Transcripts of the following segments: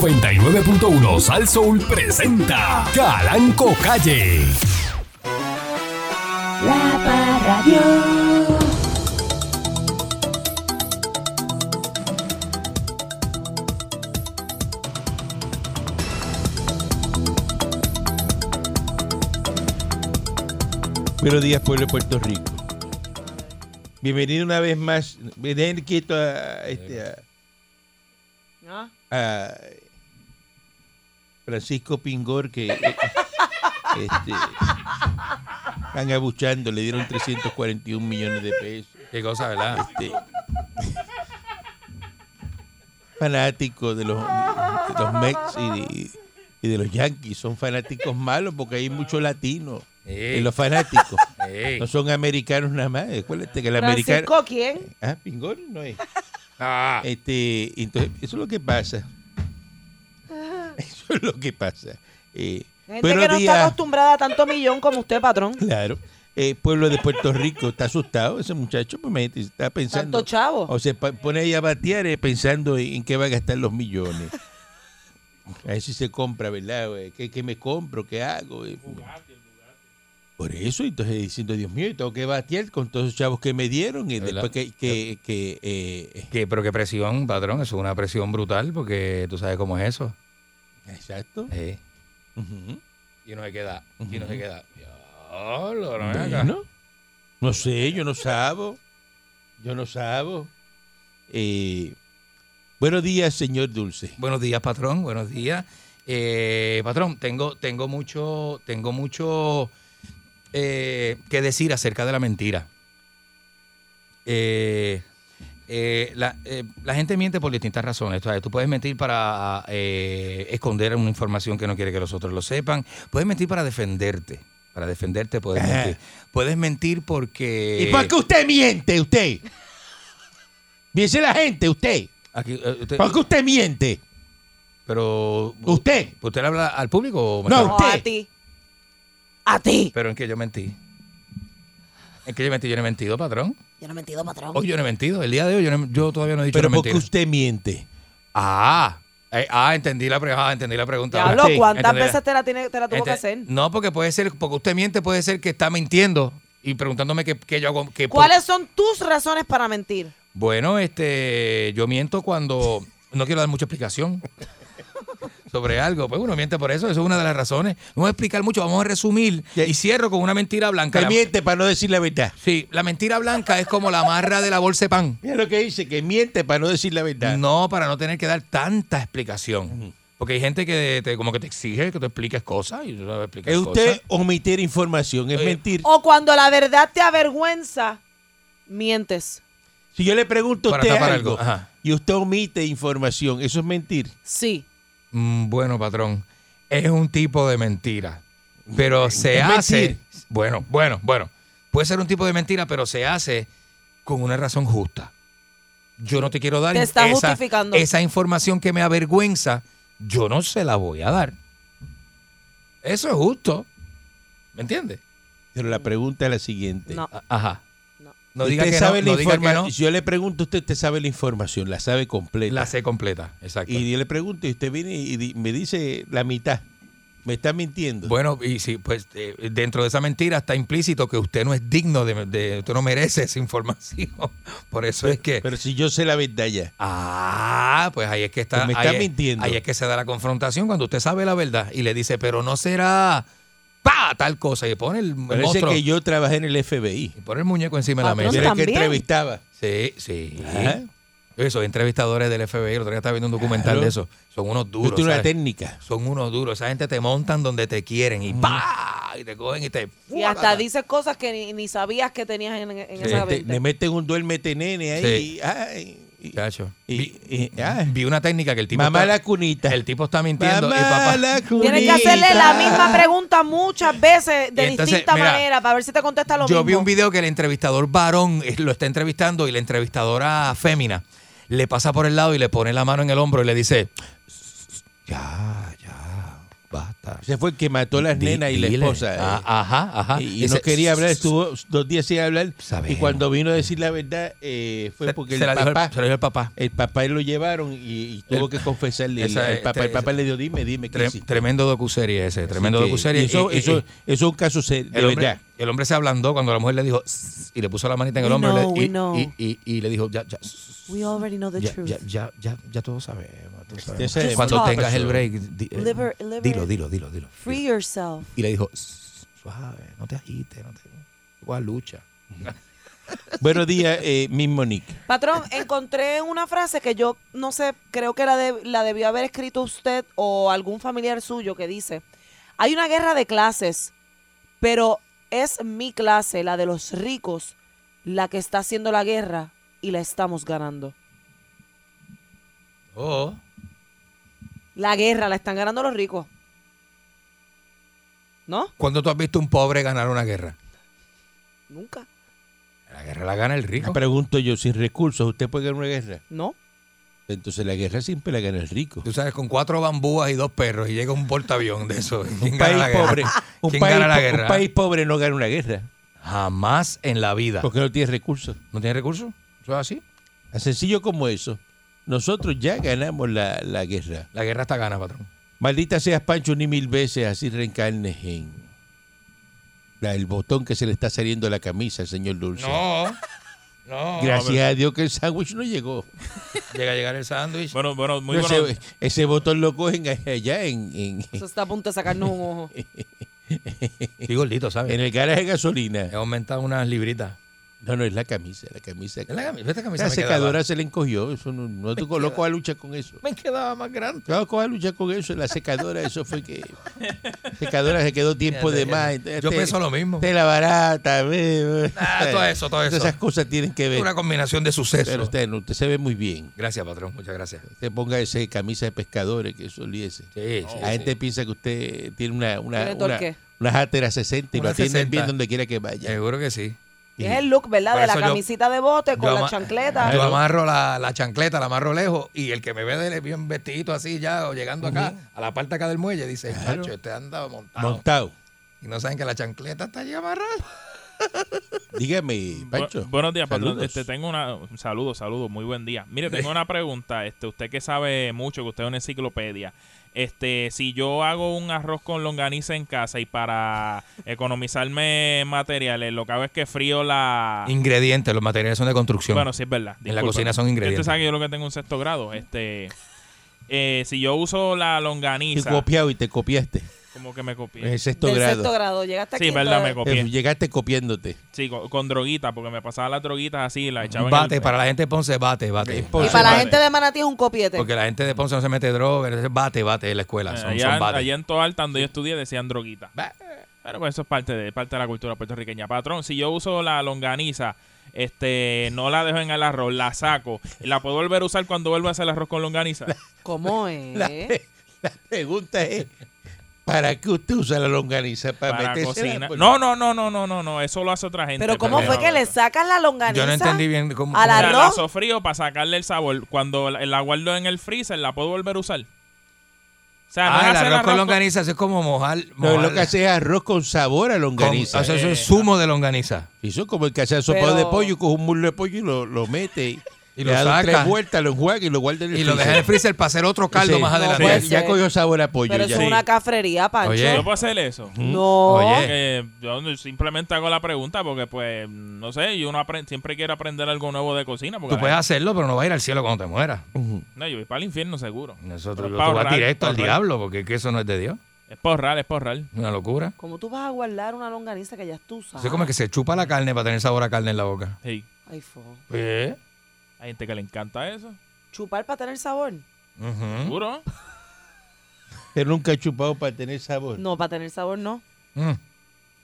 99.1 Sal Soul presenta Calanco Calle. La Parradio. Buenos días, pueblo de Puerto Rico. Bienvenido una vez más. Me dejen quieto a, este, a- ¿Ah? a Francisco Pingor, que eh, este, están abuchando, le dieron 341 millones de pesos. Qué cosa, ¿verdad? Este, fanático de los, de los Mets y de, y de los Yankees. Son fanáticos malos porque hay muchos latinos Ey, en los fanáticos. ey. No son americanos nada más. Acuérdate que el americano. ¿Francisco quién? Ah, Pingor no es. Ah, Este, entonces, eso es lo que pasa. Eso es lo que pasa. Eh, Ah. Gente buenos que no está días. acostumbrada a tanto millón como usted, patrón. Claro. Eh, pueblo de Puerto Rico está asustado ese muchacho, pues imagínate, está pensando. Tanto chavo. O se pa- pone ahí a batear eh, pensando en en qué va a gastar los millones. A ver si se compra, ¿verdad? güey? ¿Qué, qué me compro? ¿Qué hago? Eh, Por eso, entonces diciendo, Dios mío, tengo que batear con todos los chavos que me dieron y ¿Verdad? después que, que, que, eh, que- pero qué presión, patrón. Eso es una presión brutal porque tú sabes cómo es eso. Exacto. Eh, Ujú. Y no se queda. Y no Ujú. se queda. Diablo, no es acá. Bueno, no sé, yo no sabo. Yo no sabo. Eh, buenos días, señor Dulce. Buenos días, patrón. Buenos días. Eh, patrón, tengo, tengo mucho, tengo mucho eh, que decir acerca de la mentira. Eh, eh, la, eh, la gente miente por distintas razones. O sea, Tú puedes mentir para eh, esconder una información que no quiere que los otros lo sepan. Puedes mentir para defenderte. Para defenderte puedes Ajá. mentir. Puedes mentir porque... Eh. ¿Y por qué usted miente, usted? Dice la gente, usted. Aquí, eh, usted- ¿Por qué usted miente? pero... Usted. ¿Usted le habla al público o me No, está- No, usted. a ti. A ti. Pero en que yo mentí. En que yo mentí, yo no he mentido, patrón. Yo no he mentido, patrón. Hoy yo no he mentido. El día de hoy yo, no he- yo todavía no he dicho Pero una ¿por qué mentira. usted miente? Ah, eh, ah, entendí la, pre- ah, entendí la pregunta. Diablo, Sí, ¿cuántas entendí. veces te la, tiene, te la tuvo Ente- que hacer? este, No, porque puede ser, porque usted miente, puede ser que está mintiendo y preguntándome qué, qué yo hago. qué por- ¿Cuáles son tus razones para mentir? Bueno, este, yo miento cuando no quiero dar mucha explicación sobre algo. Pues uno miente por eso, eso es una de las razones. No voy a explicar mucho, vamos a resumir y cierro con una mentira blanca. Que La- miente para no decir la verdad. Sí, la mentira blanca es como la amarra de la bolsa de pan. Mira lo que dice, que miente para no decir la verdad. No, para no tener que dar tanta explicación. Porque hay gente que te, como que te exige que tú expliques cosas y tú no explicas Es usted cosas. omitir información, es Eh, mentir. O cuando la verdad te avergüenza, mientes. Si yo le pregunto a Para usted tapar algo algo, ajá. y usted omite información, eso es mentir. Sí. Mm, bueno, patrón, es un tipo de mentira. Pero se Es hace. mentir. Bueno, bueno, bueno. Puede ser un tipo de mentira, pero se hace con una razón justa. Yo no te quiero dar Te estás esa, justificando. esa información que me avergüenza, yo no se la voy a dar. Eso es justo. ¿Me entiendes? Pero la pregunta es la siguiente. No. A- Ajá. No. No Usted diga que sabe no, no la diga que no. informa- Si yo le pregunto, usted, usted sabe la información, la sabe completa. La C completa, exacto. y yo le pregunto, y usted viene y di- me dice la mitad. Me está mintiendo. bueno, y sí, pues eh, dentro de esa mentira está implícito que usted no es digno de, de- usted no merece esa información. Por eso es que Pero si yo sé la verdad ya. ah, pues ahí es que está, Pues me está ahí es- mintiendo. ahí es que se da la confrontación cuando usted sabe la verdad y le dice, "Pero no será pa tal cosa" y pone el Parece monstruo, que yo trabajé en el FBI. y pone el muñeco encima de la Patrón, Yo mesa. era el que también. entrevistaba. Sí, sí. Ajá. Esos entrevistadores del FBI, el otro día estaba viendo un documental ¿Eh? Claro. de eso. Son unos Yo duros. tuve una ¿sabes? técnica. son unos duros. Esa gente te montan donde te quieren y pa y te cogen y te Y hasta dices cosas que ni, ni sabías que tenías en, en Sí. este, esa Te- mente. Este, me meten un duermete nene ahí. Sí. ay, y- Chacho. y- Vi, y- ah. vi una técnica que el tipo mamá está, la cunita. el tipo está mintiendo mamá y papá la cunita. Tienes que hacerle la misma pregunta muchas veces de Y entonces, distinta mira, manera para ver si te contesta lo yo mismo. vi un video que el entrevistador varón eh, lo está entrevistando y la entrevistadora fémina le pasa por el lado y le pone la mano en el hombro y le dice ya ya basta Está- Ese fue el que mató a las Di- nenas y la dile. esposa. eh. Ah, ajá, ajá. Y, y Ese- no quería hablar, estuvo dos días sin hablar. Sabemos. Y cuando vino a decir la verdad, eh, fue Se- porque se el la dijo al- papá, se la dijo al papá. el papá lo llevaron y, y tuvo El- que confesarle esa- al papá. tre- el papá le dio, dime, dime, ¿qué Tre- hiciste?". Tremendo docuserie ese, tremendo Así que- docuserie. y Eso, Y- y- eso, y- eso es un caso serio, de el hombre, verdad. el hombre se ablandó cuando la mujer le dijo "Sss", y le puso la manita en el We hombro know, le- we y- know. y, y- y le dijo ya ya sss, We already know the ya, truth. ya, ya, ya, ya todos sabemos. todos sabemos. Ese es cuando Just tengas talk. el break, di- eh, Liber- liber- dilo, dilo, dilo, dilo. Free yourself. Y le dijo "Sss, suave, no te agites, no te, igual lucha. Buenos días, eh, Miss Monique. Patrón, encontré una frase que yo no sé, creo que la, de- la debió haber escrito usted o algún familiar suyo que dice, hay una guerra de clases, pero es mi clase, la de los ricos, la que está haciendo la guerra y la estamos ganando. Oh, La guerra la están ganando los ricos. ¿No? cuando tú has visto un pobre ganar una guerra, Nunca. la guerra la gana el rico. Pregunto yo, sin recursos, ¿usted puede ganar una guerra? ¿No? Entonces la guerra siempre la gana el rico. Tú sabes, con cuatro bambúas y dos perros y llega un portaavión de eso. Un país pobre, un ¿Quién país gana la po- guerra? un país pobre no gana una guerra Jamás en la vida. porque no tiene recursos. ¿No tiene recursos? Eso es así. Tan sencillo como eso. Nosotros ya ganamos la, la guerra. La guerra está gana, patrón. Maldita seas, Pancho, ni mil veces así reencarnes en la- el botón que se le está saliendo a la camisa al señor Dulce. No. No. Gracias a Dios que el sándwich no llegó. Llega a llegar el sándwich. Bueno, bueno, muy No, ese, bueno. ese botón lo cogen allá en, en- Eso está a punto de sacarnos un ojo. Estoy gordito, ¿sabes? en el garaje de He gasolina. aumentado unas libritas. No, no, es la camisa, la camisa. La, cami- esta camisa La me quedaba, secadora se le encogió. Eso no, no te coloco a lucha con eso. me quedaba más grande. Claro, coja lucha con eso, la secadora, eso fue que. Secadora se quedó tiempo de más. este Yo pienso lo mismo. Tela barata, ve, ve. Ah, todo eso, todo eso. Todas esas cosas tienen que ver. Una combinación de Pero sucesos. usted, no, usted se ve muy bien. Gracias, patrón. Muchas gracias. Usted ponga ese camisa de pescadores que soliese. Sí, sí. La gente piensa que usted tiene una, una, Tiene torque. una, una játera 60 y lo Una Eh, atienden 60. bien donde quiera que vaya. Seguro que sí. Sí. Es el look, ¿verdad? Por De la eso yo- camisita de bote con Yo la ama- chancleta. Yo amarro la, la chancleta, la amarro lejos y el que me ve de bien vestido así ya o llegando acá, a la parte acá del muelle, dice, macho, este anda montado. Montado. Y no saben que la chancleta está allí amarrada. Dígame, Bu- Pancho. buenos días, patrón. Saludos. Este, tengo una. Saludos, saludos. Muy buen día. Mire, tengo una pregunta. Este, usted que sabe mucho, que usted es una enciclopedia. Este, si yo hago un arroz con longaniza en casa y para economizarme materiales, lo que hago es que frío la. Ingredientes, los materiales son de construcción. Bueno, sí es verdad. En la discúlpame. cocina son ingredientes. Usted sabe que yo lo que tengo un sexto grado. Este, eh, si yo uso la Te longaniza, copiado y te copiaste. como que me En copié. el sexto Del grado. sexto grado. Llegaste aquí. Sí, verdad, me Eh, copié. Llegaste copiándote. Sí, con, con droguita, porque me pasaba las droguitas así, las echaba en el- Bate, para la gente de Ponce, bate, bate. En Ponce, Y para la Vale. gente de Manatí es un copiete. Porque la gente de Ponce no se mete droga, entonces bate, bate en la escuela. Ah, Son, allá, son bate. allá en Toal, donde yo estudié, decían droguita. Bah. Pero pues eso es parte de, parte de la cultura puertorriqueña. Patrón, si yo uso la longaniza, este, no la dejo en el arroz, la saco. y ¿La puedo volver a usar cuando vuelva a hacer el arroz con longaniza? ¿Cómo es? La, pre- la pregunta es, ¿para qué usted usa la longaniza? ¿Para, Para meterse cocinar. No, no, no, no, no, no, no. Eso lo hace otra gente. Pero ¿cómo fue no, que no. le sacas la longaniza? Yo no entendí bien cómo. A O la sea, la arroz? sofrío para sacarle el sabor. Cuando la, la guardo en el freezer, ¿la puedo volver a usar? O sea, no Ah, es el hacer arroz con con- longaniza, eso es como mojar. No, mojar lo que hace es arroz con sabor a con- longaniza. o sea, Eh. eso es zumo de longaniza. Eso es como el que hace sopa Pero- de pollo, coge un muslo de pollo y lo, lo mete. Y, Y le lo da dos, saca. tres vueltas, lo enjuaga y lo guarda en el Y lo deja en freezer. el freezer para hacer otro caldo Sí. más No pues, adelante. Ya- puede ser. ya cogió sabor a pollo. Pero pues, ya. eso es una cafrería, Pancho. Oye. ¿Yo puedo hacer eso? No. Oye. Que yo no- simplemente hago la pregunta porque, pues, no sé, yo uno apren- siempre quiero aprender algo nuevo de cocina. Porque Tú la puedes gente- hacerlo, pero no vas a ir al cielo cuando te mueras. Ujú. No, yo voy para el infierno seguro. Nosotros Pero tú para vas ahorrar, directo para al ahorrar. diablo, porque es que eso no es de Dios. Es por real, es por real. Una locura. ¿Cómo tú vas a guardar una longaniza que ya tú sabes? Eso es como que se chupa la carne para tener sabor a carne en la boca. Sí. Ay, fo. Eh. Hay gente que le encanta eso. Chupar para tener sabor. Ujú. Seguro. Usted nunca ha chupado para tener sabor. No, para tener sabor no. Mm.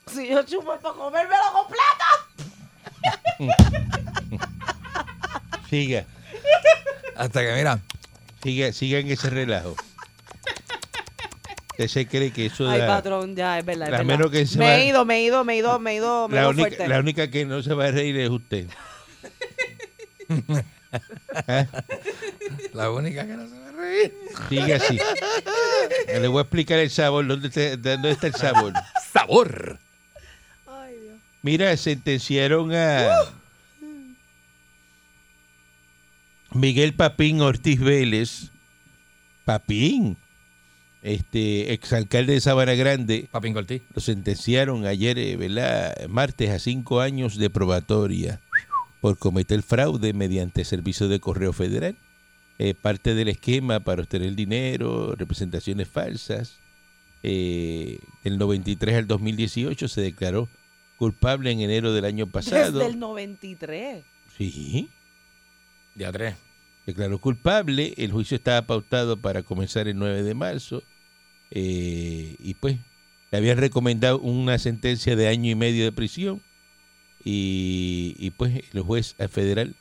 Si yo chupo es para comérmelo completo. Siga, Hasta que, mira, siga, siga en ese relajo. Usted se cree que eso Ay, da- patrón, ya, es verdad. es La verdad. menos que se me va- he ido, me he ido, me he ido, me he ido, me he La ido única, fuerte. la única que no se va a reír es usted. la única que no se va a reír. Siga así. Le voy a explicar el sabor. ¿Dónde, te- de- dónde está el sabor? ¡Sabor! Ay, Dios. Mira, sentenciaron a Miguel Papín Ortiz Vélez. Papín, este exalcalde de Sabana Grande, Papín Cortí. lo sentenciaron ayer, eh, ¿verdad? Martes a cinco años de probatoria por cometer fraude mediante servicio de correo federal. Eh, parte del esquema para obtener dinero, representaciones falsas. Eh, del 93 al 2018 se declaró culpable en enero del año pasado. Desde el 93. Sí, Día 3. declaró culpable. El juicio estaba pautado para comenzar el 9 de marzo. Eh, y pues le habían recomendado una sentencia de año y medio de prisión. Y, y, pues el juez federal,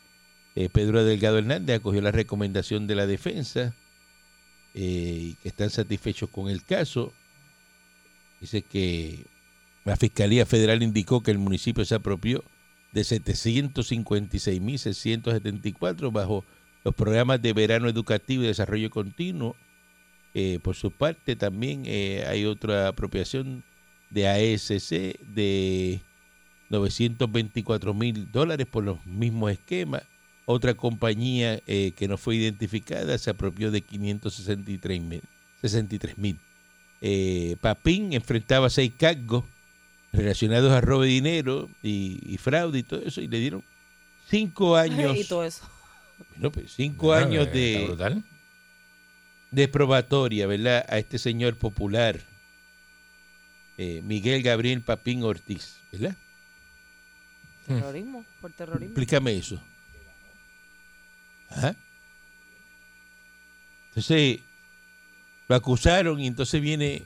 eh, Pedro Delgado Hernández, acogió la recomendación de la defensa eh, y que están satisfechos con el caso. Dice que la Fiscalía Federal indicó que el municipio se apropió de 756.674 bajo los programas de verano educativo y desarrollo continuo. Eh, por su parte, también eh, hay otra apropiación de ASC de 924 mil dólares por los mismos esquemas. Otra compañía eh, que no fue identificada se apropió de 563 mil. Papín enfrentaba seis cargos relacionados a robo de dinero y, y fraude y todo eso, y le dieron cinco años. Y todo eso. Bueno, pues, cinco años de, eh, brutal. de probatoria, ¿verdad? A este señor popular, eh, Miguel Gabriel Papín Ortiz, ¿verdad? Mm. Terrorismo, por terrorismo. Explícame eso. Ajá. Entonces, lo acusaron y entonces viene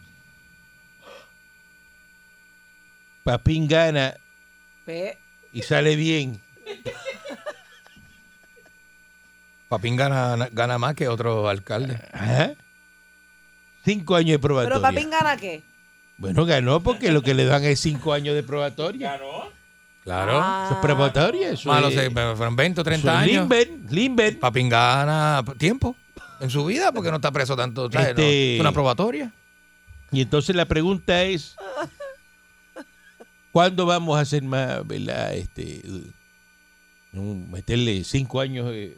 Papín gana Pe- y sale bien. Papín gana, gana más que otro alcalde. Ajá. Cinco años de probatoria. Pero Papín gana qué? Bueno, ganó porque lo que le dan es cinco años de probatoria. Claro. Eso es probatoria. Eso Malo, es- se- fueron 20 o Eso 30 es años. Lindbergh, Lindbergh. Papín gana tiempo en su vida porque no está preso tanto. ¿sabes? No, Este- es una probatoria. Y entonces la pregunta es, ¿cuándo vamos a hacer más, verdad? Este, eh, un- meterle cinco años eh,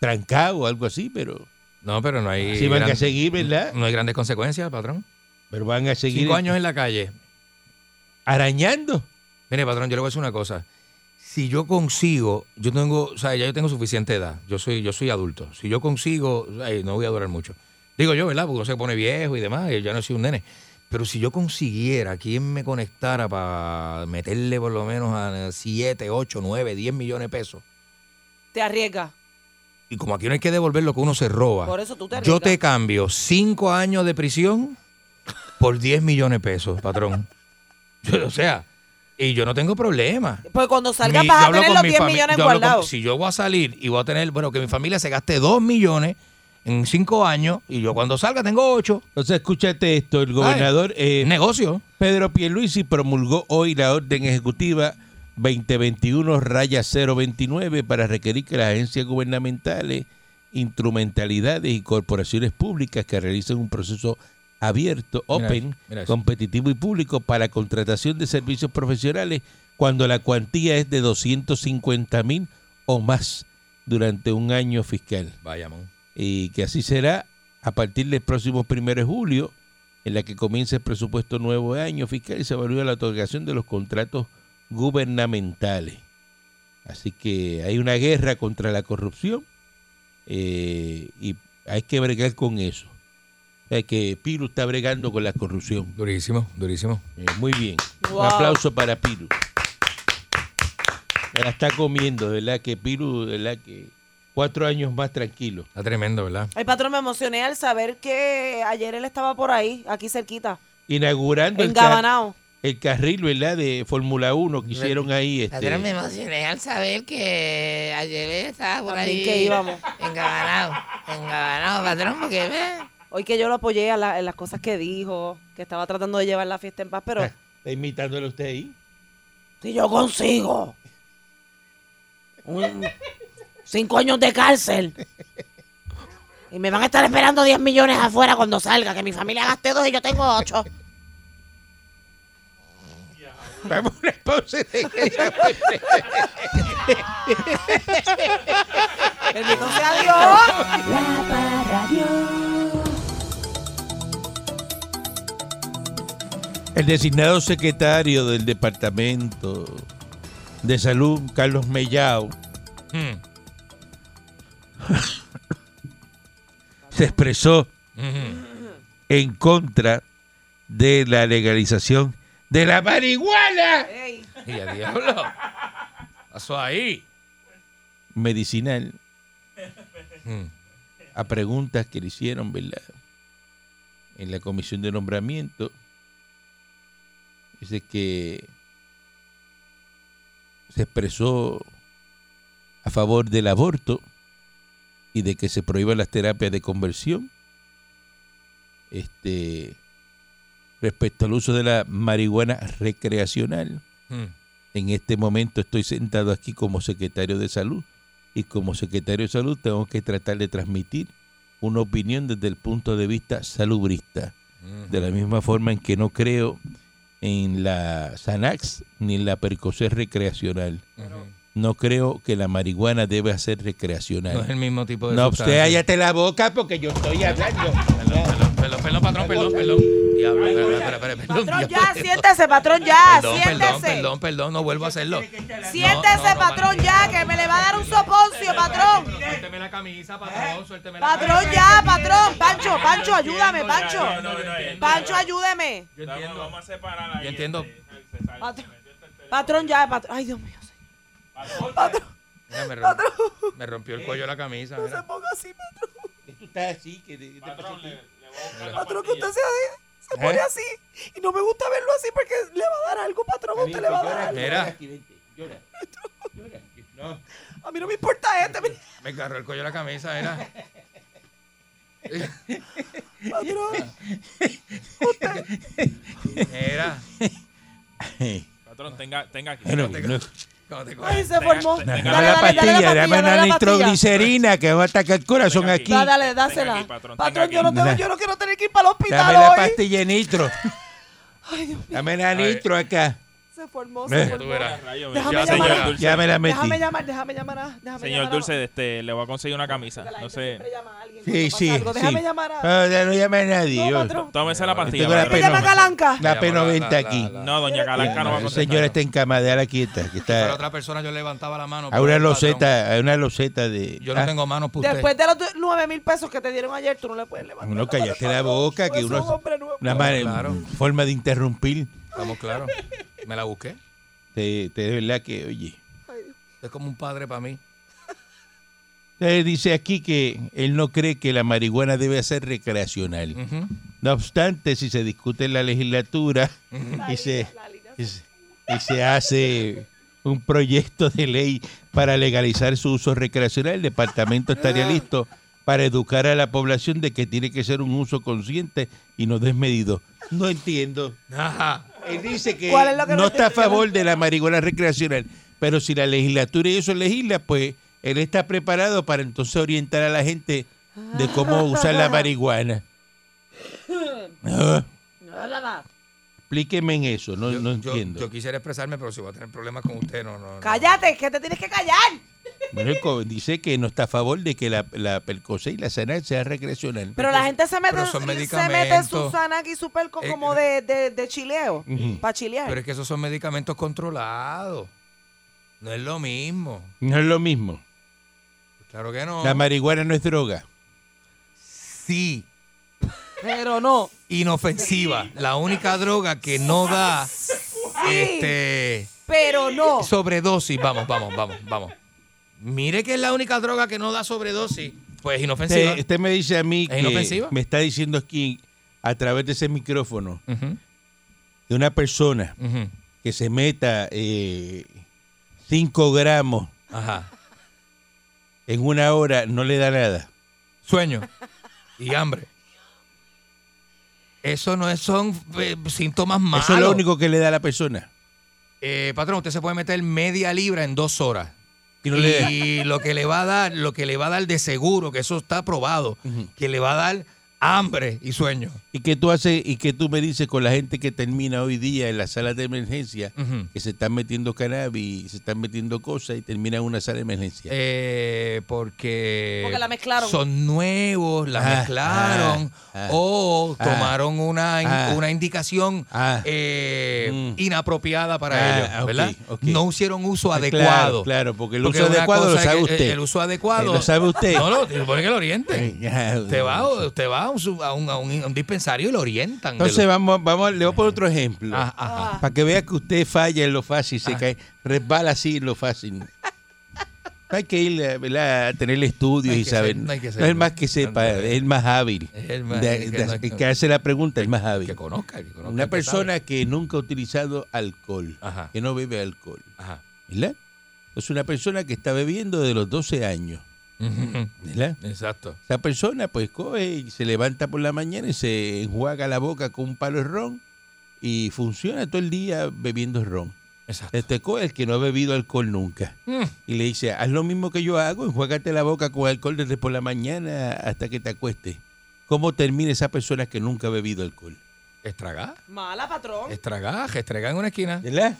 trancado o algo así, pero No, pero no hay. sí van gran- a seguir, ¿verdad? No hay grandes consecuencias, patrón. Pero van a seguir Cinco años en la calle. arañando. Mire, patrón, yo le voy a decir una cosa. Si yo consigo, yo tengo, o sea, ya yo tengo suficiente edad. Yo soy, yo soy adulto. Si yo consigo, ay, no voy a durar mucho. Digo yo, ¿verdad? Porque uno se pone viejo y demás, y ya no soy un nene. Pero si yo consiguiera quien me conectara para meterle por lo menos a 7, 8, 9, 10 millones de pesos. Te arriesga. Y como aquí no hay que devolver lo que uno se roba. Por eso tú te Yo arriesgas. te cambio cinco años de prisión por 10 millones de pesos, patrón. Yo, o sea, y yo no tengo problema. Pues cuando salgas Mi- vas yo a hablo tener con los mi 10 fami- millones yo hablo con- guardados. si yo voy a salir y voy a tener, bueno, que mi familia se gaste 2 millones en 5 años y yo cuando salga tengo 8. Entonces escúchate esto, el gobernador eh, Es negocio. Pedro Pierluisi promulgó hoy la orden ejecutiva 2021 raya 029 para requerir que las agencias gubernamentales, instrumentalidades y corporaciones públicas que realicen un proceso abierto, Mira open, eso, mira eso. competitivo y público para contratación de servicios profesionales cuando la cuantía es de 250 mil o más durante un año fiscal Vaya, y que así será a partir del próximo 1 de julio, en la que comienza el presupuesto nuevo de año fiscal y se evalúa la otorgación de los contratos gubernamentales. Así que hay una guerra contra la corrupción eh, y hay que bregar con eso. O sea, que Piru está bregando con la corrupción. Durísimo, durísimo. Eh, muy bien. Wow. Un aplauso para Piru. Se la está comiendo, de ¿verdad? Que Piru, de ¿verdad? Que cuatro años más tranquilo. Está tremendo, ¿verdad? Ay, patrón, me emocioné al saber que ayer él estaba por ahí, aquí cerquita, Inaugurando el ca- engabanado. el carril, ¿verdad? De Fórmula 1 que hicieron ahí. este, Nosotros me emocioné al saber que ayer estaba por También ahí. que íbamos. Engabanado. Engabanado, patrón, porque ve. Hoy que yo lo apoyé a la- en las cosas que dijo, que estaba tratando de llevar la fiesta en paz, pero Está imitándole a usted ahí. si yo consigo un- cinco años de cárcel Y me van a estar esperando 10 millones afuera cuando salga, que mi familia gaste dos y yo tengo ocho. Vamos a una pausa. Bendito sea Dios. La Parra Radio. El designado secretario del Departamento de Salud, Carlos Mellao, Hmm. Mm, se expresó Hmm. mhm. en contra de la legalización de la marihuana Ey, Y a diablo. Pasó ahí. medicinal Mm. a preguntas que le hicieron ¿verdad? en la comisión de nombramiento. Dice que se expresó a favor del aborto y de que se prohíban las terapias de conversión. Este, respecto al uso de la marihuana recreacional. Mm. En este momento estoy sentado aquí como secretario de salud y como secretario de salud tengo que tratar de transmitir una opinión desde el punto de vista salubrista. Hmm. De la misma forma en que no creo en la Xanax ni en la Percocet recreacional. No creo que la marihuana debe ser No es el recreacional. mismo tipo de No, pues, usted sustancia. cállate la boca porque yo estoy hablando. Pelón, pelón, pelón, patrón, pelón, pelón. Diablo, espera, espera, espera, espera, pelón, patrón, ya, diablo. siéntese, patrón, ya, Perdón, perdón, siéntese. perdón, perdón, no vuelvo a hacerlo. Siéntese, No, no, no, patrón, maldita. ya, que me le va a dar un soponcio, patrón. Suélteme la camisa, patrón, suélteme la camisa. Patrón, ya, patrón. Pancho, Pancho, ayúdame, Pancho. No, no, no, no, Pancho, ayúdeme. Yo Vamos- entiendo. Vamos a separar ahí. Yo entiendo. este, se sale, Patrón. se metió este teléfono. Patrón, ya, patrón. Ay, Dios mío. señor. Mira, me, romp- me rompió el cuello la camisa. mira. Ponga así, patrón. Patrón, le- le voy a buscar la Patrón, que pastilla. usted se, ¿Eh? se pone así. Y no me gusta verlo así porque le va a dar algo, patrón. Usted le va a dar algo. Mira, A mí no me importa este, mire, me agarró el cuello la camisa, era. patrón. Era. Patrón, tenga, tenga aquí. Bueno, Tenga- no, ¿Cómo te Ay, cuelgas? se formó. dame Dale, Dale, la Venga, dale, dale pastilla, la dame pastilla, la dale la pastilla. nitroglicerina que va a atacar el corazón Venga aquí. aquí. Da- Dale, Venga dásela. aquí, patrón, Patrón, tenga yo no, aquí. tengo, Nah. yo no quiero tener que ir para el Dame hospital la hoy. pastilla de nitro. Ay, Dios mío. Dame la ver. nitro acá. Se formó, Ve. se Tú formó. verás. Rayo, Déjame ya, llamar señor a- Dulce. Ya me la metí. Déjame llamar, déjame llamar a. Déjame llamar Señor a- Dulce, este, le voy a conseguir una camisa. porque la No gente sé. siempre llama a alguien Sí, cuando sí, pasa algo. Déjame sí. llamar a. No, ya no llame a nadie. No, yo. patrón. Tómese la pastilla. Tengo la padre. Me llama Calanca. La P90 la- la- aquí. la- la- No, doña Calanca no va a La contestar. señora está en cama, déjala quieta. Que Para está otra persona yo levantaba la mano. a una pero, patrón, loseta, a una loseta de. Yo no Ah, tengo manos para usted. Después de los du- nueve mil pesos que te dieron ayer, tú no le puedes levantar. Uno la mano, cállate la patrón. boca, que Tú eres uno- un hombre nuevo. Una madre- Claro. forma de interrumpir. Estamos claros. Me la busqué. Te, te- de verdad que, oye. Ay, Dios. Es como un padre para mí. Eh, dice aquí que él no cree que la marihuana debe ser recreacional. Ujú. No obstante, si se discute en la legislatura y se, y se- y se hace un proyecto de ley para legalizar su uso recreacional, el departamento estaría listo para educar a la población de que tiene que ser un uso consciente y no desmedido. No entiendo. Ajá. Él dice que, ¿Cuál es lo que no, no está a entiende? favor de la marihuana recreacional, pero si la legislatura y eso legisla, pues él está preparado para entonces orientar a la gente de Ah, cómo usar la marihuana. Ah, explíqueme en eso, no, Yo- no yo, entiendo. yo quisiera expresarme, pero si voy a tener problemas con usted, no, no. no. Cállate, que te tienes que callar. Bueno, el co- dice que no está a favor de que la, la Percocet y la Xanax sea recreacional. Pero la gente se mete, Pero son se mete medicamentos. su Xanax y su Perco Eh, como de, de, de chileo, Ujú. para chilear. Pero es que esos son medicamentos controlados. No es lo mismo. No es lo mismo. Claro que no. La marihuana no es droga. sí. Pero no. Inofensiva. La única droga que no da este Pero no. sobredosis. Vamos, vamos, vamos, vamos. Mire que es la única droga que no da sobredosis. Pues inofensiva. Eh, Usted, usted me dice a mí ¿Es que inofensiva? me está diciendo aquí a través de ese micrófono Ujú, de una persona ujú. que se meta 5 gramos Ajá. en una hora no le da nada. Sueño y hambre. Eso no es, son eh, síntomas malos. Eso es lo único que le da a la persona. Eh, patrón, usted se puede meter media libra en dos horas. Y no le- Y lo que le va a dar, lo que le va a dar de seguro, que eso está probado, que le va a dar hambre y sueño. ¿Y qué tú haces y qué tú me dices con la gente que termina hoy día en las salas de emergencia Ujú. que se están metiendo cannabis, se están metiendo cosas y terminan en una sala de emergencia? Eh, porque, Porque la mezclaron. son nuevos, la Ah, mezclaron ah, ah, o ah, tomaron una, in- ah, una indicación ah, eh, mm. inapropiada para Ah, ellos, ok, ¿verdad? ok. No hicieron uso Ah, claro, adecuado. claro, porque el uso una adecuado lo cosa es sabe que usted. El, el uso adecuado. Eh, lo sabe usted. Eh, No, no, te supone que lo orienten. Te Te va, o- te va a, un, su- a un- a un- a un dispensario y lo orientan. de Entonces lo- vamos, vamos, le voy a poner otro ejemplo. Ah, ajá. Para que vea que usted falla en lo fácil, se Ah. cae, resbala así en lo fácil. No hay que ir eh, ¿verdad? a tener estudios No hay y que saber. ser- no no, hay que ser- es el más que sepa, no, no, es el más hábil. es el más- De- es que de- no hay- el que hace la pregunta es más hábil. Que conozca, que conozca, Una que persona que nunca ha utilizado alcohol, Ajá. que no bebe alcohol, sabe. Ajá. ¿verdad? Es una persona que está bebiendo de los 12 años, Ujú. ¿verdad? Exacto. Esa persona pues coge y se levanta por la mañana y se enjuaga la boca con un palo de ron y funciona todo el día bebiendo ron. Exacto. Este coge el que no ha bebido alcohol nunca Mm. y le dice, haz lo mismo que yo hago, enjuágate la boca con alcohol desde por la mañana hasta que te acuestes. ¿Cómo termina esa persona que nunca ha bebido alcohol? Estragar, Mala, patrón. estragar, estragar en una esquina. ¿Verdad?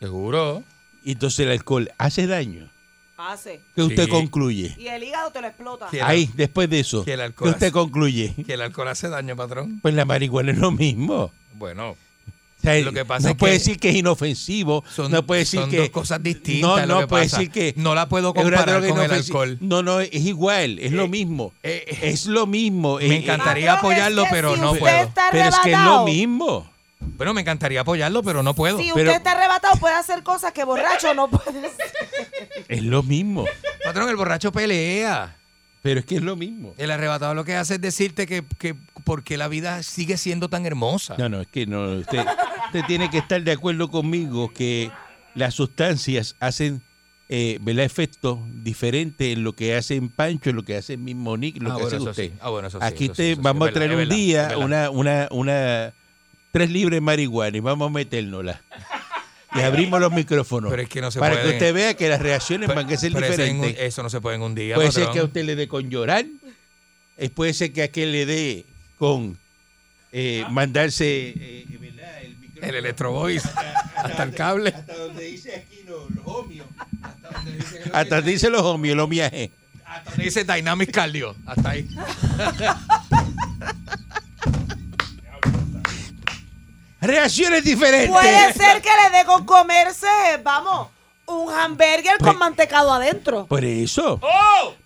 Seguro. Y entonces el alcohol hace daño. Hace. ¿Qué usted Sí. concluye? Y el hígado te lo explota. Que el- Ahí, después de eso, que el ¿qué alcohol hace- usted concluye? Que el alcohol hace daño, patrón. Pues la marihuana es lo mismo. Bueno, O sea, Lo que pasa no es puede que decir que es inofensivo, son, no puede decir son que dos cosas No, distintas. lo no que puede pasa. decir que No la puedo es una comparar droga con el inofensiva. alcohol. No, no, es igual, es lo mismo. eh, eh, es lo mismo. eh, Me eh, encantaría apoyarlo, pero no puede. puedo. Pero es que es lo mismo. Bueno, me encantaría apoyarlo, pero no puedo. Si usted Pero- está arrebatado, puede hacer cosas que borracho no puede hacer. Es lo mismo. Patrón, el borracho pelea. Pero es que es lo mismo. El arrebatado lo que hace es decirte que, que porque la vida sigue siendo tan hermosa. No, no, es que no. Usted, usted tiene que estar de acuerdo conmigo que las sustancias hacen eh, ¿verdad? efectos diferentes en lo que hacen Pancho, en lo que hace mismo Nick, lo Ah, que bueno, hace eso usted. sí. Ah, bueno, eso sí, Aquí eso sí, te eso sí. vamos Es a verdad, traer es un verdad, día es verdad. una, una, una tres libres de marihuana y vamos a metérnosla. Y abrimos los micrófonos. Pero es que no se para pueden. que usted vea que las reacciones Pero- van a ser pero eso en un- diferentes. eso no se puede en un día. Puede ser patrón. que a usted le dé con llorar, eh, puede ser que a aquel le dé con eh, mandarse eh, ¿verdad? el micrófono. El electrovoice. hasta el cable. Hasta donde dice aquí los, los homios. Hasta donde dice los homios, los viajes. Hasta donde dice Dynamic Cardio. Hasta ahí. Reacciones diferentes. Puede ser que le dé con comerse, vamos, un hamburger con mantecado adentro. Por eso.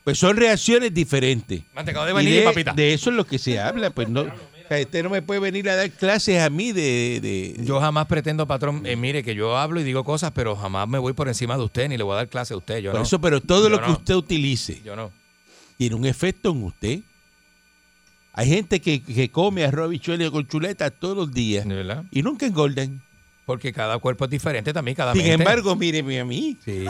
Pues son reacciones diferentes. Mantecado ¡Oh! de Y vainilla y, papita. de eso es lo que se habla, pues no. o sea, usted no me puede venir a dar clases a mí de. de- de- Yo jamás pretendo, patrón, eh, mire, que yo hablo y digo cosas, pero jamás me voy por encima de usted ni le voy a dar clase a usted. Yo por no. eso, pero todo Yo lo que no. usted utilice Yo no. tiene un efecto en usted. Hay gente que, que come arroz bichuelo con chuleta todos los días ¿De verdad? y nunca engordan. Porque cada cuerpo es diferente también, cada Sin mente. embargo, míreme a mí. Sí,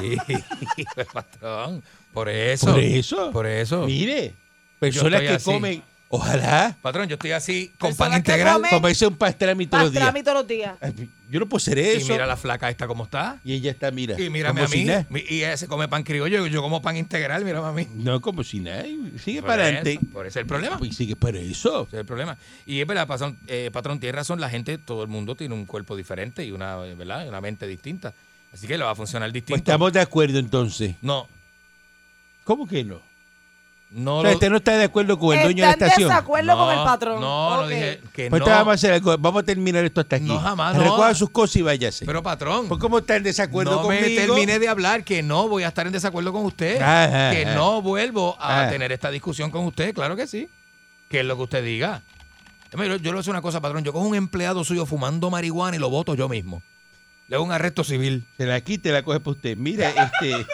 patrón. Por eso. por eso. Por eso. Mire, personas estoy que así. comen, ojalá, Patrón, yo estoy así con Personas pan que integral. comen comerse un pastrami todos los días. Pastrami todos los días. Ay, Yo no puedo hacer Y eso. Y, mira la flaca esta como está. ella está, mira. Y mírame como a si mí. nada. Mi- Y ella se come pan criollo. Yo como pan integral. Mírame a mí. No, como si nada. Sigue Por para eso, adelante. Por eso es el problema. Pues sigue para eso. Ese es el problema. Y es verdad, patrón, eh, patrón, tiene razón, la gente, todo el mundo tiene un cuerpo diferente y una, eh, ¿verdad? una mente distinta. Así que le va a funcionar Pues distinto. estamos de acuerdo entonces. No, ¿Cómo que no? no O sea, lo- usted no está de acuerdo con el dueño de la Está en estación. desacuerdo con no, el patrón. No, no Ok. dije que Pues no. te vamos a hacer algo. Vamos a terminar esto hasta aquí. No, jamás, no. Recoja sus cosas y váyase. Pero patrón, pues ¿cómo está en desacuerdo no conmigo? me terminé de hablar que no voy a estar en desacuerdo con usted. Ajá, que ajá. no vuelvo a Ajá. tener esta discusión con usted, claro que sí. Que es lo que usted diga. Mira, Yo, yo le voy a decir una cosa, patrón. Yo cojo un empleado suyo fumando marihuana y lo voto yo mismo. Le hago un arresto civil. Se la quite, la coge para usted. Mira, este...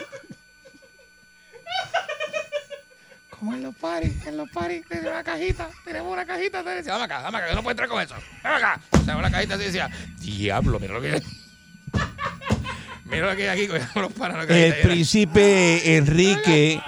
Como en los paris, en los paris, tenemos una cajita, tenemos una cajita, te decía, dame acá, dame acá, que no puedo entrar con eso, dame acá. Tenemos la cajita y decía, diablo, mira lo que hay. Mira lo que hay aquí, con los paros, lo que hay El ahí. príncipe Enrique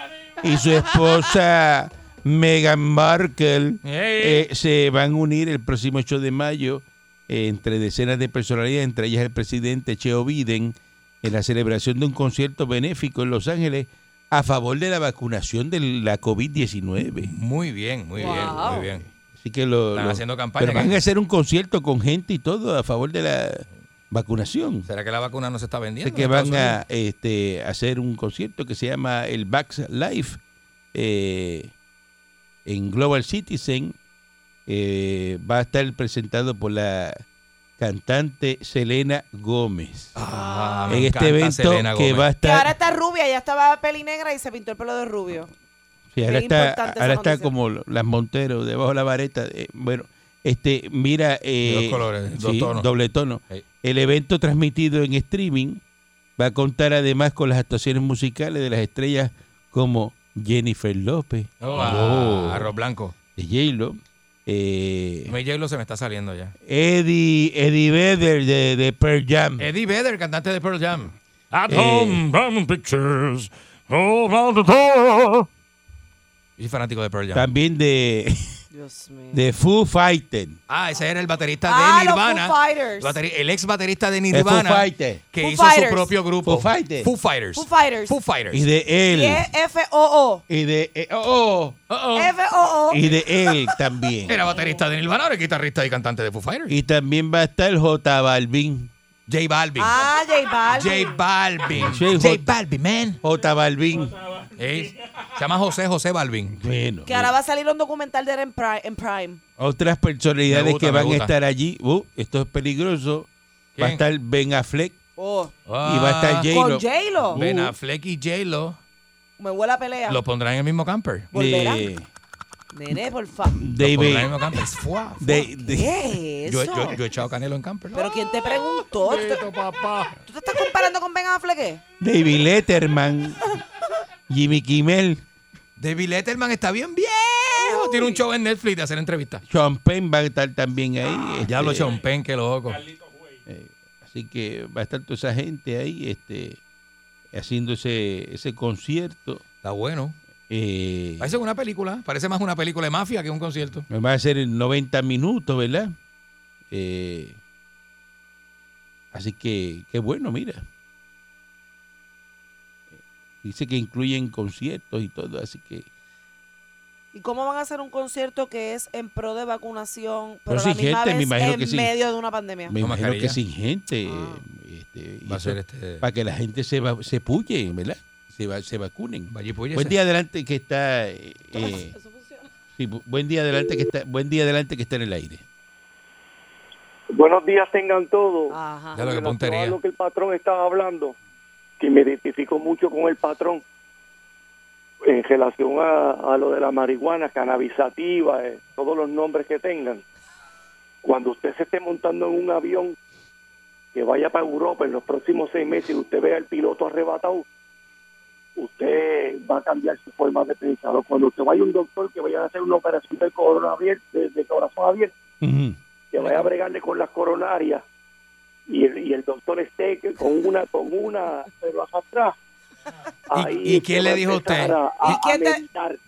y su esposa Meghan Markle Ey. eh, se van a unir el próximo 8 de mayo eh, entre decenas de personalidades, entre ellas el presidente Joe Biden, en la celebración de un concierto benéfico en Los Ángeles a favor de la vacunación de la COVID-19. Muy bien, muy bien, Wow. muy bien. Así que lo, Están lo- haciendo campaña. pero van a hacer un concierto con gente y todo a favor de la vacunación. ¿Será que la vacuna no se Ah, está vendiendo? Así que en van Estados a este, hacer un concierto que se llama el Bax Life eh, en Global Citizen. Eh, va a estar presentado por la cantante Selena Gómez. Unidos? Ah, me en este encanta evento Selena que Gómez. va a Que ahora estar, está rubia, ya estaba peli negra y se pintó el pelo de rubio. sí, ahora bien está, importante esa ahora está condición. como lo- las Montero debajo de la vareta. eh, bueno, este mira eh, dos colores, dos sí, tonos. doble tono. Ey. El evento transmitido en streaming va a contar además con las actuaciones musicales de las estrellas como Jennifer López, Oh, Oh. ah, Arroz blanco. de J-Lo, eh, Mi J-Lo se me está saliendo ya. Eddie, Eddie Vedder de, de Pearl Jam. Eddie Vedder, cantante de Pearl Jam. Eh, Yo soy fanático de Pearl Jam. también de, Dios mío. de Foo Fighters. Ah, ese era el baterista Ah, de los Nirvana. Foo Fighters. Bateri- el ex baterista de De Foo Nirvana. Fighters. que Foo hizo Fighters. su propio grupo. Foo Fighters. Foo Fighters. Foo Fighters. Foo Fighters. Y de Y él. es F-O-O. Y de, eh, oh, oh, Oh, oh. Eh. F-O-O. y de él también. Era baterista de Nirvana, ahora es guitarrista y cantante de Foo Fighters. Y también va a estar J Balvin. J Balvin. Ah, J Balvin. J Balvin. J- J Balvin, man. J Balvin. Ey, Se llama José José Balvin. Bueno. Que ahora va a salir un documental de él en Prime. En Prime. Otras personalidades Me gusta, que me van a gusta. estar allí. Uh, esto es peligroso. Va a ¿Quién? estar Ben Affleck eh, Oh. y va a estar Ah, J-Lo. Con J-Lo. Ben Affleck y J-Lo Me huele a pelea. lo pondrán en el mismo camper. ¿Volverá? Eh, Nene, por favor. Lo pondrán en el David. mismo camper. Fua, fua. de- de- ¿Qué es Yo, eso? yo, yo he echado canelo en camper. Pero ¿quién te preguntó? ¿Tú te- ¿Tú te estás comparando con Ben Affleck? eh? David Letterman. Jimmy Kimmel. David Letterman está bien viejo. Tiene un show en Netflix de hacer entrevistas. Sean Penn va a estar también ahí. Ya lo este, Ah, Sean Penn, qué loco. Así que va a estar toda esa gente ahí este, haciéndose ese concierto. Está bueno. Eh, Parece una película. Parece más una película de mafia que un concierto. Va a ser en 90 minutos, ¿verdad? Eh, así que, qué bueno, mira. Dice que incluyen conciertos y todo, así que... ¿Y cómo van a hacer un concierto que es en pro de vacunación, Pero pero, a sin la misma gente, me vez imagino en que sí. medio de una pandemia? Me Con imagino mascarilla. que sin gente. Ah. este, y Va a eso ser este. Para que la gente se, va, se puye, ¿verdad? Se, va, se vacunen. Valle Puelles. Buen día adelante que está... eh, eh, sí, bu- buen día adelante que está... Buen día adelante que está en el aire. Buenos días tengan todos. Ajá. Ya lo que Relacionado puntería. a lo que el patrón estaba hablando, que me identifico mucho con el patrón en relación a, a lo de la marihuana, cannabisativa, eh, todos los nombres que tengan. Cuando usted se esté montando en un avión que vaya para Europa en los próximos seis meses y usted vea al piloto arrebatado, usted va a cambiar su forma de pensar. O Cuando usted vaya a un doctor que vaya a hacer una operación de, corona abier- de- de corazón abierto, Ujú. que vaya a bregarle con las coronarias y el, y el doctor esté que con una con una pero hacia atrás ¿Y- y quién le dijo a usted? ¿Y quién te-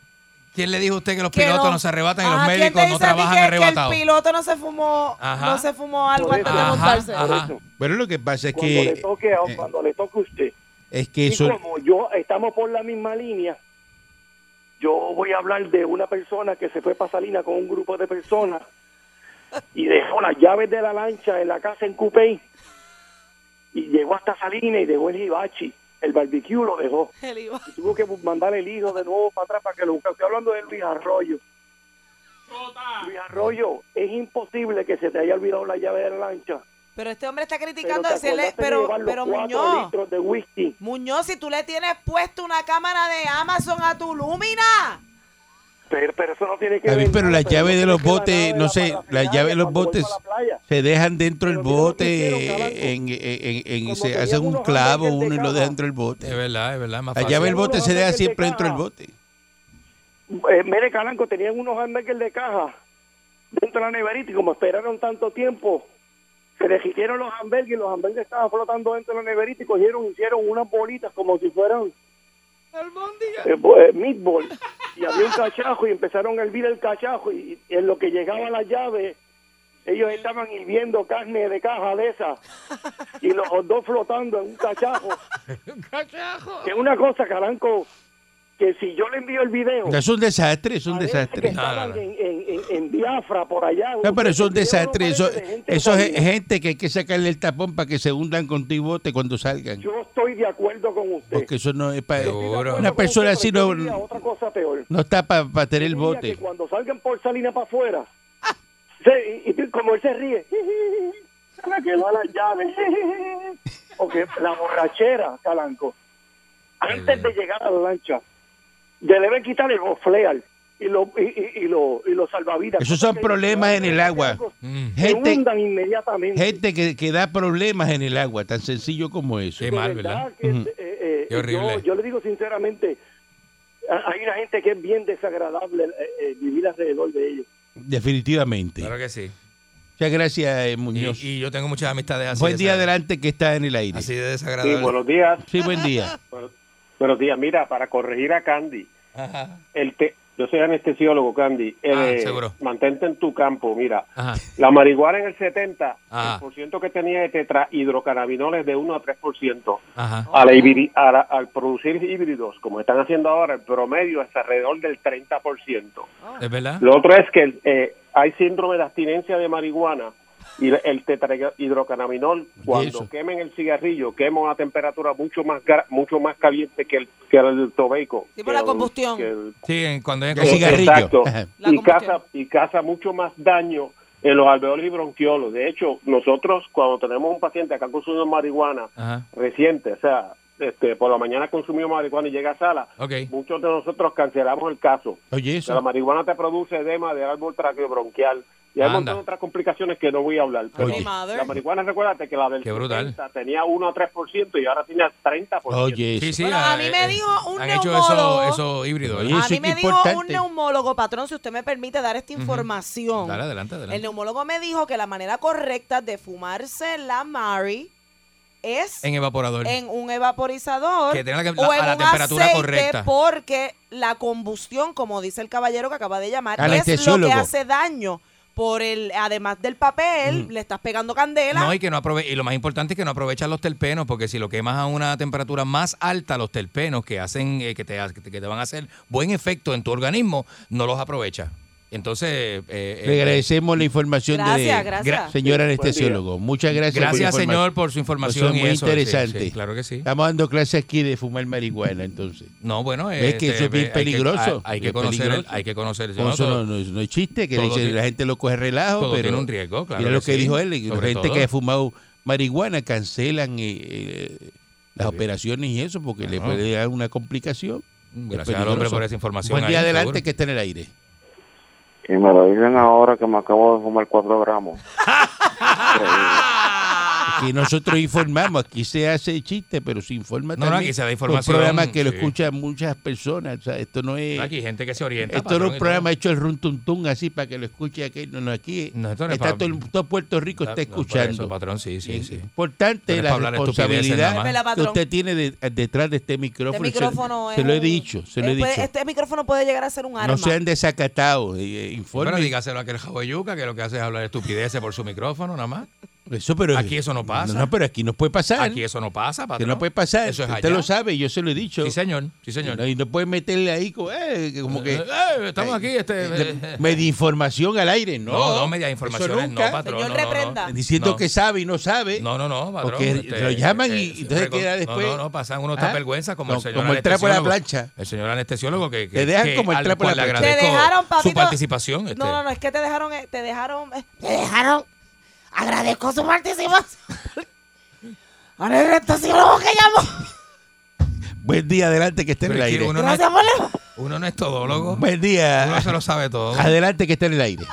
¿Quién le dijo a usted que los Que pilotos no- no, se arrebatan y los Ajá, ¿quién médicos te no dice a ti trabajan que- arrebatados? Que el piloto no se fumó, Ajá. no se fumó algo Por antes de eso. montarse. Ajá. Bueno, lo que pasa es cuando le que... toque a, eh, cuando le toque a usted Es que y eso... como yo estamos por la misma línea yo voy a hablar de una persona que se fue para Salinas con un grupo de personas y dejó las llaves de la lancha en la casa en Cupey y llegó hasta Salinas y dejó el hibachi el barbecue lo dejó Él iba- y tuvo que mandar el hijo de nuevo para atrás para que lo busque. Estoy hablando de Luis Arroyo. Luis Arroyo, es imposible que se te haya olvidado la llave de la lancha. Pero este hombre está Pero, criticando, te si él es- acordaste de pero, llevar los pero cuatro Muñoz, litros de whisky. Muñoz, si tú le tienes puesto una cámara de Amazon a tu Lumina. Pero, pero eso no tiene que Está bien, ver pero nada, las llaves de no tiene los que ver botes, nada de no la sé, parrafina las llaves de los cuando vuelva botes- a la playa. se dejan dentro del Pero mira lo que bote hicieron, carajo. en, en- en- en- y Como se tenían hacen un unos clavo ángeles de uno y lo caja. dejan dentro del Es bote. verdad, es verdad, es más La fácil. llave del unos bote se deja ángeles de siempre dentro del caja. bote. Eh, mire, Calanco, tenían unos hamburgues de caja dentro de la neverita y como esperaron tanto tiempo, se les hicieron los hamburgues y los hamburgues estaban flotando dentro de la neverita y cogieron, hicieron unas bolitas como si fueran eh, bo- eh, meatball. Y había un cachajo y empezaron a hervir el cachajo y, y en lo que llegaba la llave Ellos estaban hirviendo carne de caja de esa y los hot dogs flotando en un cachajo. Que es una cosa, Caranco, que si yo le envío el video, Es un desastre, es un parece que desastre. estaban En, en- en- en Biafra, por allá. No, pero es un El video no desastre. Eso, parece de gente eso es salida. gente que hay que sacarle el tapón para que se hundan con tu bote cuando salgan. Yo estoy de acuerdo con usted. Porque eso no es para... Estoy de acuerdo Seguro. con Una persona usted, así pero no, yo diría Otra cosa peor. no está para tener el Yo diría bote. que cuando salgan por Salina para afuera, se- y, y como él se ríe, se me quedó la llave. o que la borrachera, Calanco, antes de llegar a la lancha, le deben quitar el ofleal y los y, y, y lo, y los salvavidas. Esos son problemas en el agua. Mm, Se Gente, hundan inmediatamente. gente que, que da problemas en el agua, tan sencillo como eso. Qué De mal, verdad ¿verdad? que, Ujú. eh, eh, Qué horrible. Yo, yo le digo sinceramente, a- hay una gente que es bien desagradable eh, eh, vivir alrededor de ellos. Definitivamente. Claro que sí. Muchas gracias, eh, Y, Muñoz. y yo tengo muchas amistades así. Buen de día esa- adelante que está en el aire. Así de desagradable. días. Sí, buen día. Buenos días. Mira, para corregir a Candy, Ajá, el te- yo soy anestesiólogo, Candy. Ah, Eh, seguro. Mantente en tu campo. Mira, ajá. la marihuana en el 70, Ah. el por ciento que tenía de tetrahidrocannabinol es de 1 a 3%. Ajá. A la hibri- a la- al producir híbridos, como están haciendo ahora, el promedio es alrededor del 30%. ¿Es verdad? Lo otro es que eh, hay síndrome de abstinencia de marihuana y el- el tetrahidrocannabinol eso? cuando quemen el cigarrillo quema una temperatura mucho más gra- mucho más caliente que el que el tobacco Sí, por que la el- combustión. que el- Sí, en- cuando es El cigarrillo. Exacto. Ajá. La y combustión. causa y causa mucho más daño en los alveolos y bronquiolos de hecho nosotros cuando tenemos un paciente que ha consumido marihuana Ajá. reciente o sea este por la mañana consumió marihuana y llega a sala Ok. muchos de nosotros cancelamos el caso Oye, que la eso. marihuana te produce edema de árbol traqueobronquial y hay Anda. un montón de otras complicaciones que no voy a hablar. Pero Oye. la marihuana, recuérdate que la del Qué brutal. 70 tenía 1 a 3% y ahora tiene 30%. Oye, eso. Sí, sí. Bueno, a mí eh, me eh, dijo un Han neumólogo. Ah, hecho eso, eso híbrido. Oye, ¿verdad? eso a mí es me dijo un importante. neumólogo, patrón, si usted me permite dar esta información. Dale, adelante, El adelante. neumólogo me dijo que la manera correcta de fumarse la Mari es En evaporador. en un evaporizador Que tenga la- o la- en a la un temperatura aceite correcta. porque la combustión, como dice el caballero que acaba de llamar, es lo Anestesiólogo. que hace daño. Por el, además del Mm. papel, le estás pegando candela. No, y que no aprove y lo más importante es que no aprovechas los terpenos, porque si lo quemas a una temperatura más alta, los terpenos que hacen, eh, que, te, ha- que te van a hacer buen efecto en tu organismo, no los aprovechas. Entonces, eh, eh, Le agradecemos la información Gracias, de gracias. señor anestesiólogo. Muchas gracias. por gracias la información. señor por su información. Eso es y muy sí, interesante. sí, claro que sí. Estamos dando clases aquí de fumar marihuana, entonces. No, bueno, este, ¿Ves que eso es bien hay que- peligroso? hay- Hay que, Es conocer, el- peligroso. hay que conocer. Con eso todo- no, no es- no es chiste, que todo le dicen- tiene- la gente lo coge relajo, todo pero tiene un riesgo, claro mira que lo que sí. dijo él, que Sobre gente todo. que ha fumado marihuana cancelan eh, eh, las operaciones y eso porque le Ajá. puede dar una complicación. Es mm, Gracias peligroso. al hombre por esa información. pues, Buen día ahí, adelante seguro. que está en el aire. Y me lo dicen ahora que me acabo de fumar 4 gramos. Que nosotros informamos, aquí se hace chiste, pero se informa No, no, también. aquí se da con información, programas que lo sí. escuchan muchas personas. o sea, esto no es... Aquí hay gente que se orienta. Esto no es patrón, y un todo. programa hecho el run tum tum así para que lo escuche aquel. No, no, aquí No, esto no es está pa- todo, el- todo Puerto Rico está Ah, No, por eso, escuchando. patrón, sí, sí, Y es sí. Pero importante es la pa' hablar estupideces nada más. Dímela, responsabilidad que patrón. usted tiene de- detrás de este micrófono. Este Se- micrófono se, es lo he un- dicho, se lo he eh, puede- dicho. Este micrófono puede llegar a ser un arma. No sean desacatados, eh, eh, Pero informen. dígaselo a aquel jabo de yuca que lo que hace es hablar estupideces por su micrófono, nada más. Eso, pero, Aquí eso no pasa. No, no, pero aquí no puede pasar. Aquí eso no pasa, Que patrón. no puede pasar. Eso es usted allá. lo sabe, yo se lo he dicho. Sí, señor. Sí, señor. Y no puede meterle ahí como, eh, como que... Eh, estamos aquí, este... eh, media información al aire, no. no, no, eso media informaciones, no, nunca. patrón. no, Señor, no, no. reprenda. Diciendo No. que sabe y no sabe. No, no, no, patrón. este, eh, Porque lo llaman y entonces queda después- No, no, no, pasan unos estas Ah, vergüenzas como no, el señor como el trapo a la anestesiólogo. plancha. El señor anestesiólogo que... que Te dejan que como el al trapo a la cual le plancha. Te agradezco dejaron, Su papito. participación. este. No, no, no, es que te dejaron, eh, te dejaron. eh, Te dejaron. Agradezco su participación. Ahora el anestesiólogo que llamó. Buen día, adelante que esté en Pero el es que aire. uno, no es, Gracias por la- uno no es todólogo. Buen día. Uno se lo sabe todo. Adelante que está en el aire.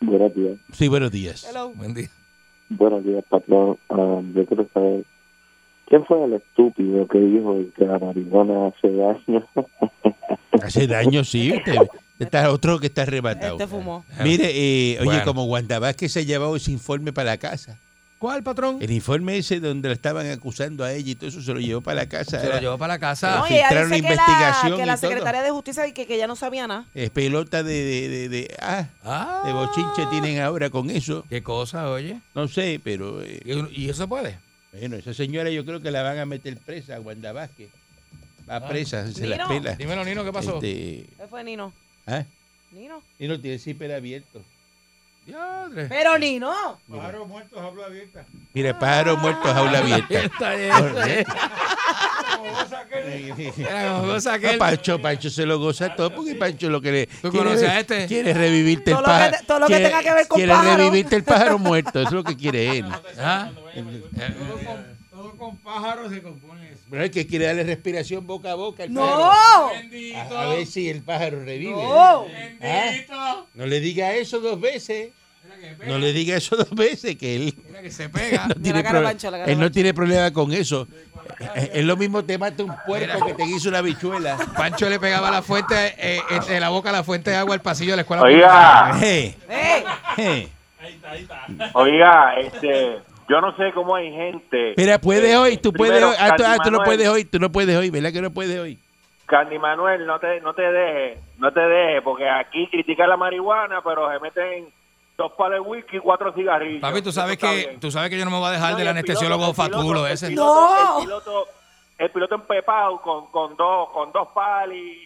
Buenos días. Sí, buenos días. hello. Buen día. Buenos días, patrón. Ah, yo quiero saber, ¿quién fue el estúpido que dijo que la marihuana hace daño? Hace daño, sí. Usted, está otro que está arrebatado. Este fumó. Mire, eh, oye, Bueno. como Wanda Vázquez se ha llevado ese informe para la casa. ¿Cuál, patrón? El informe ese donde la estaban acusando a ella y todo eso se lo llevó para la casa. Se lo era- llevó para la casa. No, y ella filtraron dice la que la, investigación que y la todo. secretaria de justicia y que, que ella no sabía nada. Es pelota de, de, de, de- ah, Ah, de bochinche tienen ahora con eso. Qué cosa, oye. No sé, pero eh, ¿Y, y eso se puede? bueno, esa señora yo creo que la van a meter presa, Wanda Vázquez. Va presa, se Nino. las pela. Ah. Dímelo, Nino, ¿qué pasó? Este, ¿Qué fue Nino? ah, Nino. Y no tiene zipper abierto. Diadre. Pero Nino. Mira, pájaro muerto, Ah, jaula abierta. Esta es. Era como cosa que No, él- Pancho, Pancho se lo goza todo porque Pancho lo que le. ¿Tú quiere- conoces a este? Quiere revivirte el Todo lo que pájaro. te- todo lo que quiere- tenga que ver con Quiere pájaro. revivirte el pájaro muerto, eso es lo que quiere él. ¿Ah? Pero es que quiere darle respiración boca a boca al ¡No! Oh, pájaro. A, a ver si el pájaro revive. ¡No! ¿Ah? No le diga eso dos veces. No le diga eso dos veces, que él Mira que se pega. no tiene, cara, proble- Pancho, la cara, él no Pancho. tiene problema con eso. Es- Es lo mismo te mata un puerco que te hizo una bichuela. Pancho le pegaba la fuente, eh, eh, de la boca a la fuente de agua al pasillo de la escuela. Oiga, Eh, ¡Ey! eh. oiga, este, yo no sé cómo hay gente. Mira, puedes hoy, tú Primero, puedes hoy. Ah, tú, ah, tú no Candy puedes Manuel. hoy, tú no puedes hoy, ¿verdad que no puedes hoy? Candy Manuel, no te, no te deje, no te deje, porque aquí critican la marihuana, pero se meten dos palos de whisky y cuatro cigarrillos. Papi, tú sabes Eso está que bien. tú sabes que yo no me voy a dejar No, y del el anestesiólogo piloto, el fatulo piloto, el ese. piloto- ¡No! El piloto, el piloto empepado con, con dos, con dos palis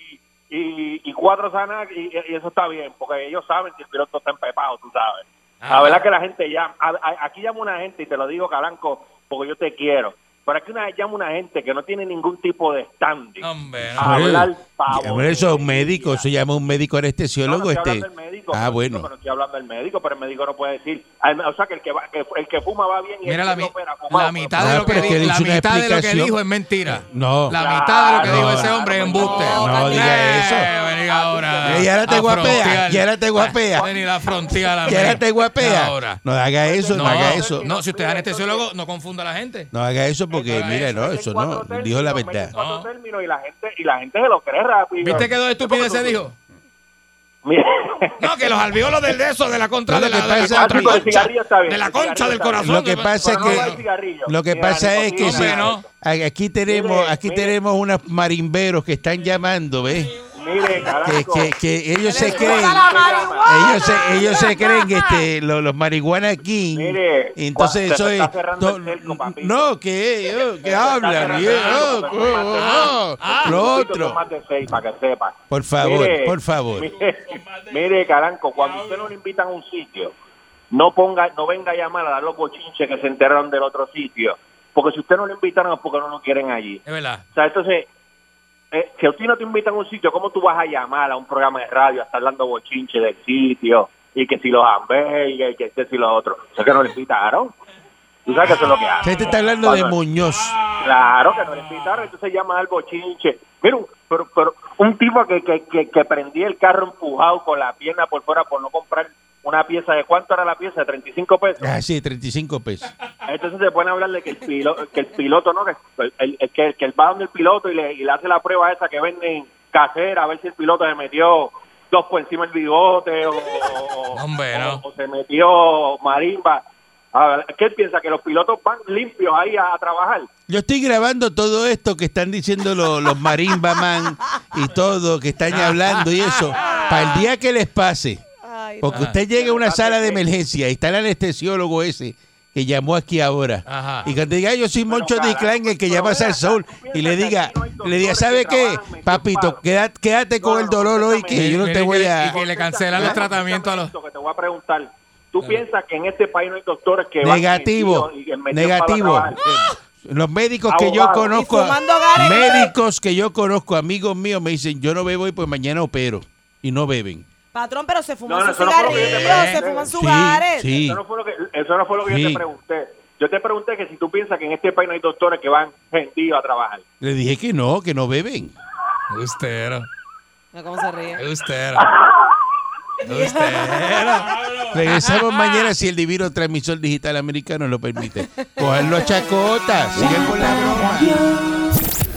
y, y- y cuatro sanas, y, y eso está bien, porque ellos saben que el piloto está empepado, tú sabes. Ah. la verdad que la gente llama, a- a- aquí llama una gente, y te lo digo, Calanco, porque yo te quiero, pero aquí una, llama una gente que no tiene ningún tipo de standing. Hombre, no. A Ah, hablar Ya, pavo. bueno, eso es un médico, eso llama un médico No, no anestesiólogo. estoy este. hablando del médico, ah, no, bueno. no, no estoy hablando del médico, pero el médico no puede decir. al- O sea, que el que, va- que el que fuma va bien y Mira el la, mi- que no opera, fumado, la pero- mitad de No, lo que pero es que dijo, él la hizo una mitad de lo que explicación. dijo es mentira. No. La mitad de lo que No, dijo ese hombre es no, embuste. no, no diga eso. Eh, venga ahora. Y ahora te a guapea, frontear. y ahora te guapea. Ven y la frontera la Ya mía. te guapea. Ahora. No haga eso, no, haga eso. No, No, si usted es anestesiólogo, no confunda a la gente. haga eso porque, No haga mira, eso, no, meten eso cuatro no. términos, Dijo la meten verdad. cuatro No. términos y la gente y la gente se lo cree rápido. ¿Viste que dos estúpido estupideces se dijo? Mira, No, que los alveolos del de eso, de la No, contra, lo de la, que de la pasa- contra Ah, pero el concha, cigarrillo está bien, de la el concha cigarrillo del está bien. corazón. Lo que pasa es pero no va el que cigarrillo. lo que Ni pasa la es que nicotina, si- Hombre, no. aquí tenemos Mire, aquí mire. tenemos unos marimberos que están llamando, ¿ves? Mire, Que, carajo. que- que ellos se creen ¡Explota la marihuana! ellos Ah, se, ellos se creen que este, lo- los marihuana aquí Mire, entonces cua- eso se es está cerrando to- el cerco, papito. no que oh, que Se está hablan cerrando y, el oh, cerco, pero no oh, oh, lo Un poquito otro más de seis, para que sepa. por favor Mire, por favor Mire, mire, Caranco, cuando usted no le invitan a un sitio, no ponga, no venga a llamar a dar los bochinches que se enteraron del otro sitio. Porque si usted no le invitaron es porque no lo quieren allí. Es verdad. O sea, entonces, eh, si a ti no te invitan a un sitio, ¿cómo tú vas a llamar a un programa de radio a estar dando bochinche del sitio? Y que si los hamburgues, y que este, si los otros. O sea, que no le invitaron. Tú sabes que eso es lo que hace. usted te está hablando de Cuando- Muñoz Claro que no le invitaron, entonces llama al bochinche. Mira, un- pero, pero un tipo que, que, que, que prendía el carro empujado con la pierna por fuera por no comprar una pieza. ¿De cuánto era la pieza? ¿De 35 pesos? ah sí 35 pesos Entonces se pueden hablar de que el piloto, que el piloto no, que el, el- que, que él va donde el piloto y le, y le hace la prueba esa que venden casera, a ver si el piloto se metió dos por encima el bigote o, o- Hombre, no. o se metió marimba. A ver, ¿Qué él piensa? ¿Que los pilotos van limpios ahí a- a trabajar? yo estoy grabando todo esto que están diciendo los, los marimba man y todo que están hablando y eso para el día que les pase Ay, Porque Ajá. usted llega a una Lo que pasa sala de es que- emergencia y está el anestesiólogo ese que llamó aquí ahora. Ajá. Y cuando diga, yo soy Moncho carajo, Diclán, el que pero llama a ven acá, Soul, ¿tú y piensas le que diga, aquí no hay doctores le diga, que ¿sabe qué? trabajan metidos Papito, palos? quédate, quédate No, con no, el dolor hoy que exactamente. yo no te Mire voy que- a... y que le cancelan los tratamientos a los- Lo que te voy a preguntar. ¿Tú piensas que en este país no hay doctores que van Negativo, metidos y que metidos negativo. para trabajar? Los médicos que yo Abogado. conozco, Y fumando gares. médicos que yo conozco, amigos míos, me dicen, yo no bebo hoy pues mañana opero. Y no beben. Patrón, pero se fuman No, no, sus eso no fue lo que yo te cigarrillos, se pregunté. fuman sus Sí, gares. sí. Eso no fue lo que, eso no fue lo que yo Sí. te pregunté. Yo te pregunté que si tú piensas que en este país no hay doctores que van gentíos a trabajar. Le dije que no, que no beben. Ustero. Mira cómo se ríe. Ustero. Ustero. Regresamos mañana si el divino transmisor digital americano lo permite. Cogerlo a chacota, sigue con la broma.